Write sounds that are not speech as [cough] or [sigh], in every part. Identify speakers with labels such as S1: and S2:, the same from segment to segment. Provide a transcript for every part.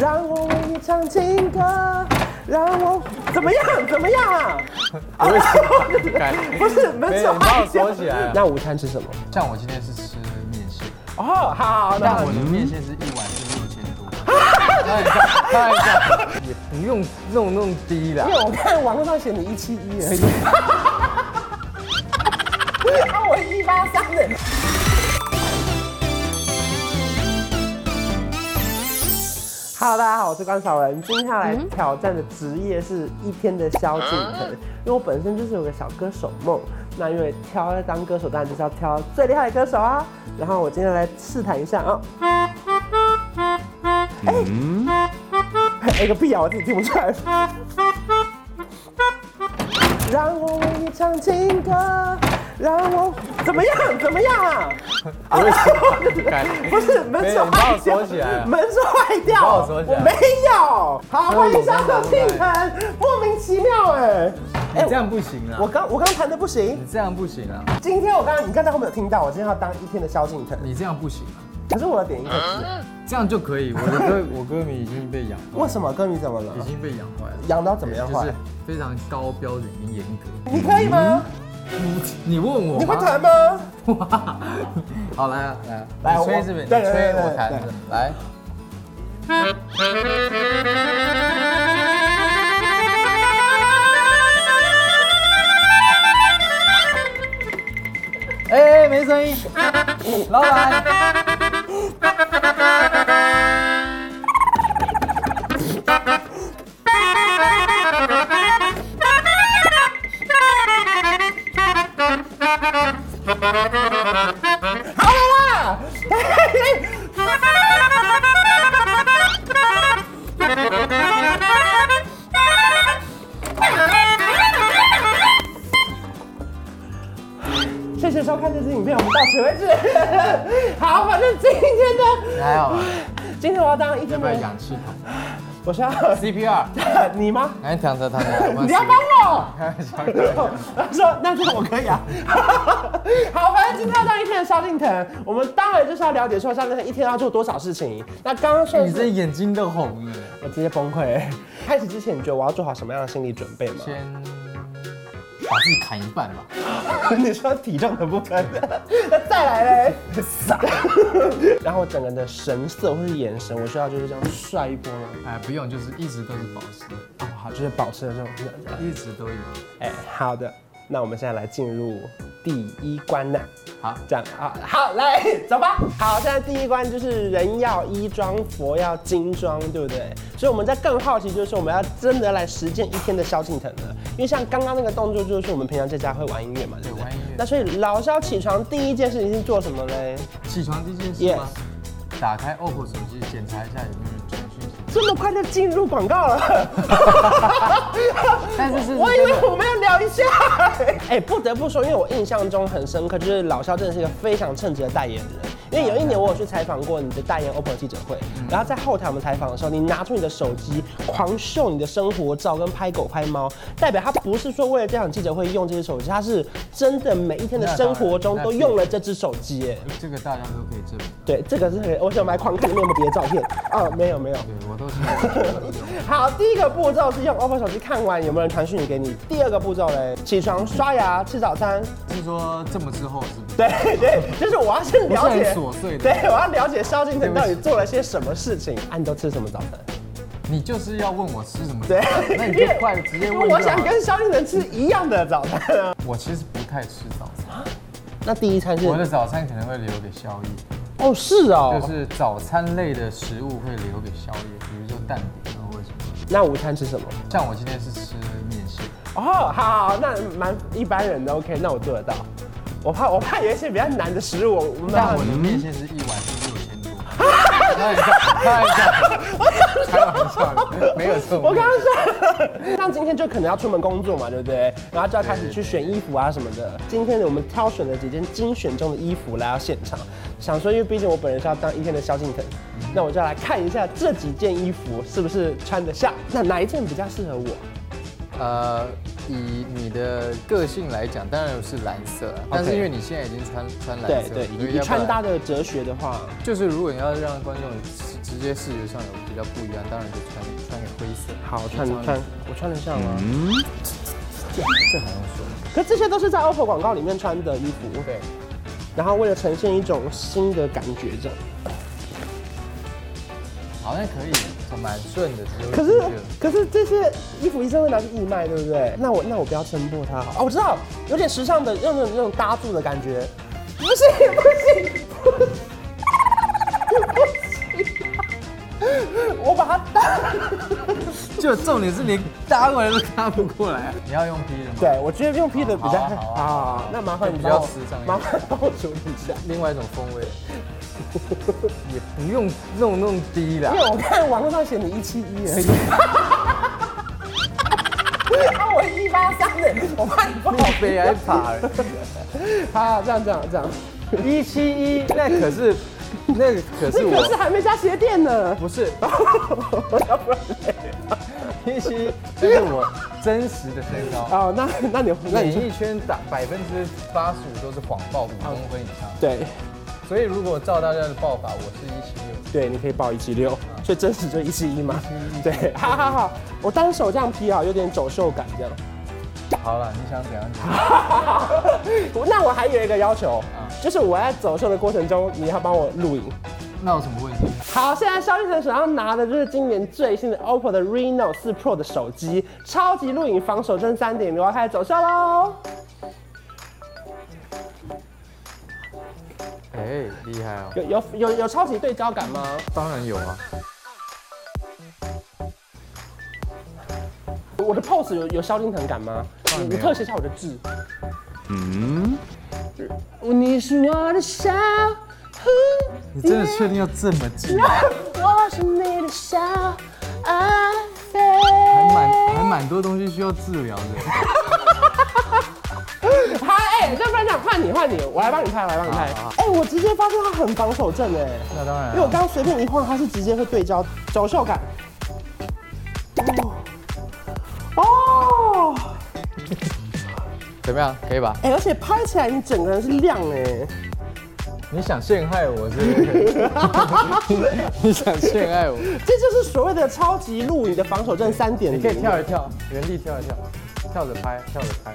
S1: 让我为你唱情歌，让我怎么样？怎么样啊？啊，不是，没错，哎
S2: 没有你把我锁起来了
S1: 那午餐吃什么？
S2: 像我今天是吃面线，
S1: 哦，好好，好那
S2: 但我的面线是一碗是六千多，开玩笑，开玩笑，也不用弄那么低啦
S1: 因。为我看网络上写你一七一而已。啊，我一八三的。Hello，大家 [laughs] 好，我是关晓雯。今天要来挑战的职业是一天的萧敬腾，因为我本身就是有个小歌手梦。那因为挑要当歌手，当然就是要挑最厉害的歌手啊。然后我今天来试探一下啊。哎、哎个屁啊！我自己听不出来。让我为你唱情歌，让我怎么样？怎么样啊？啊不是门
S2: 没
S1: 锁
S2: 有，你把
S1: 坏
S2: 我
S1: 掉
S2: 锁起来，了。
S1: 门锁坏掉，
S2: 把我锁起来
S1: 我没有。好，欢迎小手进城，莫名其妙哎。
S2: 你这样不行啊
S1: 我，刚我刚弹的不行
S2: 你，这样不行啊，
S1: 今天我刚刚你刚才后面有听到，我今天要当一天的萧敬腾，
S2: 你这样不行啊，
S1: 可是我要点一个字，
S2: 这样就可以。我的歌，我歌迷已经被养坏
S1: 为，什么歌迷怎么了
S2: 已？经被养坏了，
S1: 养到怎么样
S2: 就
S1: 坏
S2: 是？非常高标准跟严格。
S1: 你可以吗？
S2: 你你问我，
S1: 你会弹？吗？
S2: 哇，好来来
S1: 来
S2: 你
S1: 我
S2: 吹是不是？你
S1: 对对
S2: 吹
S1: 对
S2: 我弹
S1: 对，
S2: 来。哎、没声 [laughs] 音，老板，
S1: 好了啦，谢谢收看这支影片，我们到此为止。好，反正今天
S2: 你
S1: 呢，
S2: 还好啊吧？
S1: [laughs] 今天我要当一
S2: 要
S1: 天
S2: 不要
S1: 的，
S2: 氧气筒
S1: 我是要
S2: ？CPR，
S1: [laughs] 你吗？
S2: 来躺着躺着，
S1: 你要帮我。
S2: 我。
S1: 他 [laughs] 说：“那这个我可以啊。” [laughs] 好，反正今天要当一天的萧敬腾，我们当然就是要了解说萧敬腾一天要做多少事情。那刚刚说
S2: 你这眼睛都红了，
S1: 我直接崩溃。 [laughs] 开始之前，你觉得我要做好什么样的心理准备吗？
S2: 先把自己砍一半吧。
S1: [laughs] 你说体重的部分， [laughs] 那再来
S2: [laughs]
S1: 嘞，傻。 [laughs] 然后整个人的神色或是眼神，我需要就是这样帅一波吗？
S2: 哎，不用，就是一直都是保湿，
S1: 哦，好，就是保持了这种。
S2: 一直都有。
S1: 哎，好的，那我们现在来进入第一关了。
S2: 好，
S1: 这样啊，好，来走吧。好，现在第一关就是人要衣装，佛要金装，对不对？所以我们在更好奇，就是我们要真的来实践一天的萧敬腾了。因为像刚刚那个动作，就是我们平常在家会玩音乐嘛，对不对
S2: 对玩音乐？
S1: 那所以老萧起床第一件事情是做什么嘞？
S2: 起床第一件事吗？打开 OPPO 手机检查一下有没有人传讯息，
S1: 这么快就进入广告了？
S2: [laughs] 但是是
S1: [laughs] 我以为我们要聊一下。哎，不得不说，因为我印象中很深刻，就是老肖真的是一个非常称职的代言人。因为有一年我有去采访过你的代言 OPPO 记者会，
S2: 嗯
S1: 然后在后台我们采访的时候，你拿出你的手机狂秀你的生活照跟拍狗拍猫，代表他不是说为了这场记者会用这些手机，他是真的每一天的生活中都用了这只手机。哎，
S2: 这个大家都可以证明。
S1: 对，这个是很，我想买狂看有没有别的照片？哦，没有没有。
S2: 对我
S1: [laughs]
S2: 都是。
S1: 好，第一个步骤是用 OPPO 手机看完有没有人传讯息给你。第二个步骤嘞，起床刷牙吃早餐。
S2: 是说这么之后是不是？
S1: 对 [laughs] 对，就是我要先
S2: [laughs]
S1: 了
S2: 不是
S1: 解
S2: 很琐碎的
S1: 对，我要了解萧敬腾到底
S2: 对不起
S1: 做了些什么事情。啊，你都吃什么早餐？
S2: 你就是要问我吃什么？
S1: 对，
S2: 那你就快直接
S1: 因
S2: 问啊
S1: 为
S2: 就
S1: [laughs]
S2: 好
S1: 我
S2: 了。
S1: 想跟萧敬腾吃一样的早餐啊。
S2: 我其实不太吃早餐，
S1: 那第一餐是
S2: 我的早餐可能会留给宵夜，
S1: 哦，是哦。
S2: 就是早餐类的食物会留给宵夜，比如说蛋饼啊或者什么。
S1: 那午餐吃什么？
S2: 像我今天是吃面线，
S1: 哦，好好，好那蛮一般人的 OK，那我做得到。我怕 [laughs] 我怕有一些比较难的食物，我我没嗯办
S2: 但
S1: 法
S2: 我的面线是一碗是六千多。开玩笑，开玩笑，开玩笑，没有错。
S1: 我刚刚说，像今天就可能要出门工作嘛，对不对？然后就要开始去选衣服啊什么的。今天我们挑选了几件精选中的衣服来到现场，想说，因为毕竟我本人是要当一天的萧敬腾，那我就要来看一下这几件衣服是不是穿得下，那哪一件比较适合我？
S2: 呃，以你的个性来讲，当然是蓝色啊，但是因为你现在已经穿穿蓝
S1: 对
S2: 色，
S1: 对，
S2: 所以
S1: 以
S2: 要不然
S1: 穿搭的哲学的话，
S2: 就是如果你要让观众直接视觉上有比较不一样，当然就穿穿个灰色。
S1: 好，
S2: 就
S1: 穿
S2: 这样
S1: 穿，我穿得下吗？
S2: 这好像说
S1: 可这些都是在 OPPO 广告里面穿的衣服，
S2: 对，
S1: 然后为了呈现一种新的感觉，这样。
S2: 好像可以，蛮顺的。只有
S1: 可是
S2: 这个
S1: 可是这些衣服医生会拿去义卖，对不对？那我那我不要撑破它好。哦，我知道，有点时尚的，用那种那种搭住的感觉。不是不行不行，我把它搭。
S2: 就重点是连搭过来都搭不过来。啊你要用 P 的吗？
S1: 对，我觉得用 P 的比较
S2: 好啊好啊好
S1: 啊。那麻烦你
S2: 比
S1: 帮
S2: 较
S1: 我
S2: 时尚一点
S1: 麻烦帮我处理一下。
S2: 另外一种风味，也不用弄弄低 [laughs] 啦
S1: 因。为我看网络上写你一七一而已。 [laughs] 啊，我一八三的，我怕你不好
S2: 路飞还爬了， [laughs]
S1: 好，这样这样这样。
S2: 一七一，那可是，那可是
S1: 这可是
S2: 我
S1: 还没加鞋垫呢。
S2: 不是
S1: 要不然嘞
S2: [laughs] 一啊七，这是我真实的身高。
S1: 哦，那那你那
S2: 演
S1: 你
S2: 艺圈打百分之八十五都是谎报五公分以上，
S1: 对
S2: 所以如果照大家的报法，我是一七六，
S1: 对，你可以报一七六，所以真实就一七一嘛。对，好好好，我单手这样劈啊，有点走秀感这样。
S2: 好了，你想怎样讲？
S1: 那我还有一个要求
S2: 啊，
S1: 就是我在走秀的过程中，你要帮我录影。
S2: 那有什么问题？
S1: 好，现在萧敬腾手上拿的就是今年最新的 OPPO 的 Reno 4 Pro 的手机，超级录影防手真三点零，我要开始走秀喽。
S2: 哎，厉害哦！
S1: 有有有有超级对焦感吗？
S2: 当然有啊，
S1: 我的 pose 有有萧敬腾感吗？
S2: 当然
S1: 你
S2: 没
S1: 你
S2: 有
S1: 特写一下我的痣。嗯，你是我的小狐
S2: 你真的确定要这么 [laughs] 近？
S1: 我是你的小阿飞。
S2: 还蛮还蛮多东西需要治疗的。
S1: 好，哎、那不然这样换你换你，我来帮你拍，我来帮你拍
S2: 好好。
S1: 哎、我直接发现他很防守正哎、
S2: [laughs] 那当然啊
S1: 因为我刚刚随便一晃，它是直接会对焦，走秀感。哦，哦，
S2: 怎么样？可以吧？
S1: 哎、而且拍起来你整个人是亮哎、
S2: 你想陷害我是不是？ [laughs] 你想陷害我？
S1: 这就是所谓的超级露营的防守阵三点
S2: 你可以跳一跳，原地跳一跳，跳着拍，跳着拍。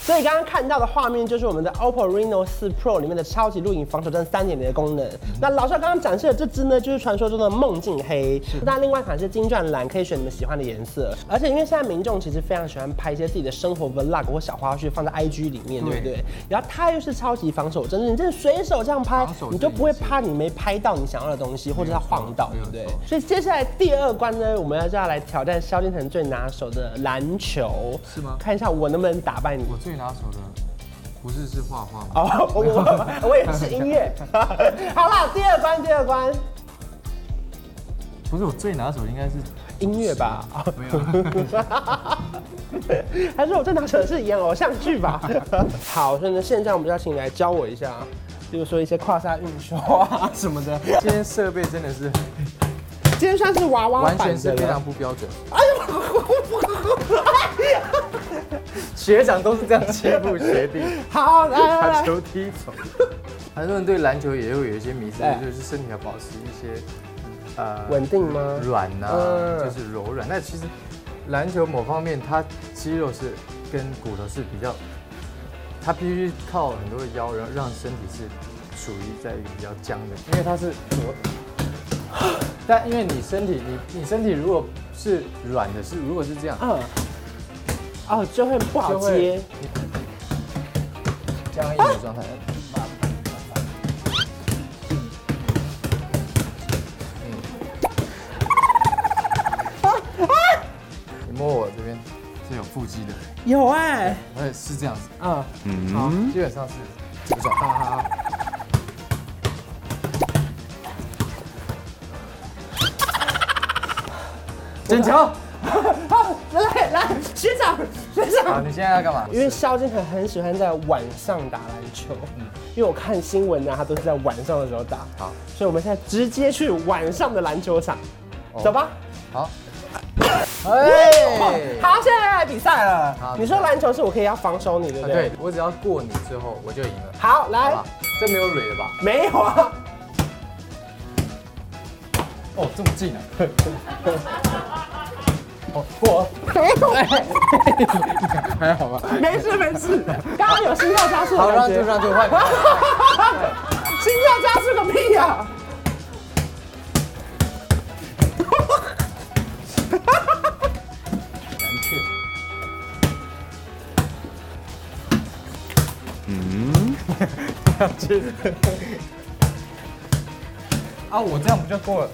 S1: 所以刚刚看到的画面就是我们的 OPPO Reno 4 Pro 里面的超级录影防守灯三点零的功能。那老邵刚刚展示的这支呢，就是传说中的梦境黑。那另外一款是金钻蓝，可以选你们喜欢的颜色。而且因为现在民众其实非常喜欢拍一些自己的生活 vlog 或小花絮放在 IG 里面，对不对？然后它又是超级防守针，你真的随手这样拍
S2: 防守，针
S1: 你就不会怕你没拍到你想要的东西，或者它晃到，
S2: 没
S1: 对
S2: 有
S1: 不
S2: 错
S1: 对？所以接下来第二关呢，我们要就要来挑战萧敬腾最拿手的篮球，
S2: 是吗
S1: 看一下我能不能打败你。
S2: 我最拿手的不是是画画吗？
S1: 哦，我 [laughs] 我我也是音乐。好啦，第二关，第二关，
S2: 不是我最拿手的应 [laughs] 该是
S1: 音乐吧。 [laughs]
S2: 没有。啊
S1: 还是我最拿手的是演偶像剧吧？ [laughs] 好，所以呢，现在我们就要请你来教我一下，啊比如说一些胯下运球啊什么的。
S2: 今天设备真的是
S1: [laughs] 今天算是娃娃
S2: 完
S1: 版
S2: 全
S1: 的
S2: 是非
S1: 了
S2: 常。不标准，
S1: 哎呦，
S2: [laughs] 学长都是这样欺负学弟，
S1: 好，来来
S2: 把
S1: 来， [laughs]
S2: 球踢 [laughs] 走。很多人啊对篮球也会有一些迷思
S1: 哎，
S2: 就是身体要保持一些呃
S1: 稳定吗？
S2: 软呐、
S1: 嗯
S2: 就是柔软。那其实篮球某方面，它肌肉是跟骨头是比较，它必须靠很多的腰，然后让身体是处于在一个比较僵的，因为它是左。 [sniffs] 但因为你身体，你你身体如果是软的，是如果是这样，
S1: 嗯，哦，就会不好
S2: 就
S1: 接
S2: 会。僵硬的状态。嗯啊你摸我这边是有腹肌的，
S1: 有哎，
S2: 而且是这样子，
S1: 嗯，
S2: 好，基本上是这种。
S1: 好好好。
S2: 捡球。
S1: 好，呃来来，学长，学
S2: 好，
S1: 长。
S2: 你现在要干嘛？
S1: 因为萧敬腾很喜欢在晚上打篮球，因为我看新闻呢，他都是在晚上的时候打，
S2: 好，
S1: 所以我们现在直接去晚上的篮球场，
S2: 哦
S1: 走吧。
S2: 好。哎，
S1: [laughs] 好，现在来比赛了
S2: 好。啊
S1: 你说篮球是我可以要防守你，对不对
S2: 对？我只要过你之后我就赢了，
S1: 好，
S2: 好
S1: 来啊
S2: [laughs] 吧，？这没有蕊了吧？
S1: 没有啊。
S2: 哦，这么近啊！哦，过了，还好吧？
S1: 没事没事，刚刚有心跳加速
S2: [laughs] 好，
S1: 的
S2: 让
S1: 感
S2: 就
S1: 觉，
S2: 让就换。
S1: [laughs] 心跳加速个屁呀、啊！
S2: [laughs] 啊，我这样不就过了？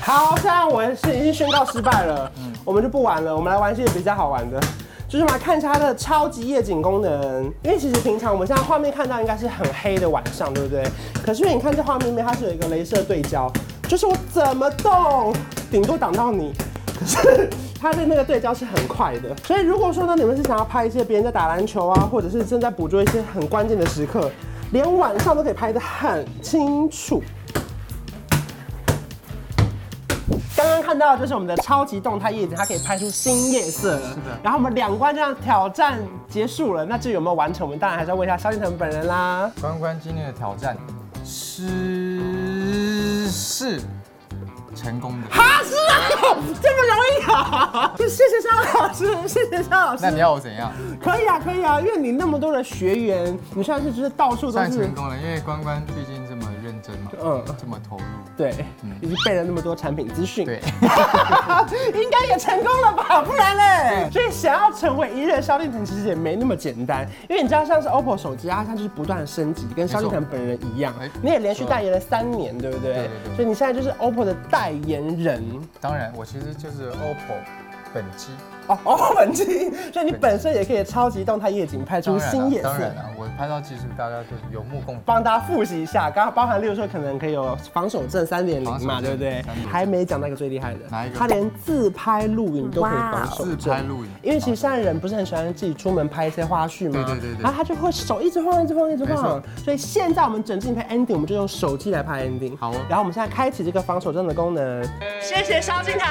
S1: 好，现在我们是已经宣告失败了，我们就不玩了，我们来玩一些比较好玩的，就是嘛，看一下它的超级夜景功能。因为其实平常我们现在画面看到应该是很黑的晚上，对不对？可是因为你看这画面里面它是有一个镭射对焦，就是我怎么动，顶多挡到你，可是它的那个对焦是很快的。所以如果说呢，你们是想要拍一些别人在打篮球啊，或者是正在捕捉一些很关键的时刻，连晚上都可以拍得很清楚。刚刚看到的就是我们的超级动态夜景，它可以拍出新夜色。是
S2: 的
S1: 然后我们两关这样挑战结束了，那至于有没有完成，我们当然还是要问一下萧敬腾本人啦。
S2: 关关今天的挑战是是成功
S1: [laughs]
S2: 的。
S1: 哈是啊，这么容易啊！谢谢肖老师，谢谢肖老
S2: 那
S1: 师。
S2: 你要我怎样？
S1: 可以啊，可以啊，因为你那么多的学员，你算是就是到处都
S2: 算
S1: 是
S2: 成，功了，因为关关毕竟这么认真嘛，
S1: 嗯
S2: 这么投入。
S1: 对，已经背了那么多产品资讯。
S2: 对 [laughs]
S1: 应该也成功了吧？不然嘞，所以想要成为一日的萧敬腾，其实也没那么简单，因为你知道，像是 OPPO 手机啊，它就是不断地升级，跟萧敬腾本人一样
S2: 没错，
S1: 你也连续代言了三年，对不对？
S2: 哎对对对
S1: 所以你现在就是 OPPO 的代言人
S2: 当然，我其实就是 OPPO 本机，
S1: 哦，OPPO [laughs] 本机，所以你本身也可以超级动态夜景拍出
S2: 当然
S1: 新
S2: 了
S1: 夜，
S2: 当
S1: 色。
S2: 然了，我拍照技术大家都有目共睹。
S1: 帮大家复习一下，刚刚包含，例如说可能可以有防守阵三点
S2: 防
S1: 零
S2: 守
S1: 嘛，
S2: 阵
S1: 对不对
S2: 3.0？
S1: 还没讲那个最厉害的，
S2: 哪一个
S1: 他连自拍录影都可以防守
S2: 自
S1: 阵。
S2: 拍录影，
S1: 因为其实现在人不是很喜欢自己出门拍一些花絮吗？
S2: 对对对对
S1: 然后他就会手一直晃，一直晃，一直
S2: 没
S1: 晃
S2: 错。
S1: 所以现在我们整镜拍 ending，我们就用手机来拍 ending。
S2: 好哦
S1: 然后我们现在开启这个防守阵的功能。谢谢萧敬腾。
S2: [laughs]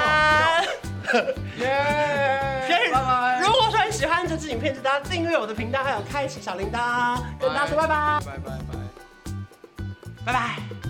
S2: 耶！
S1: 如果说你喜欢这支影片，请大家订阅我的频道，还有开启小铃铛，跟大家说拜拜，
S2: 拜拜拜。
S1: 拜拜。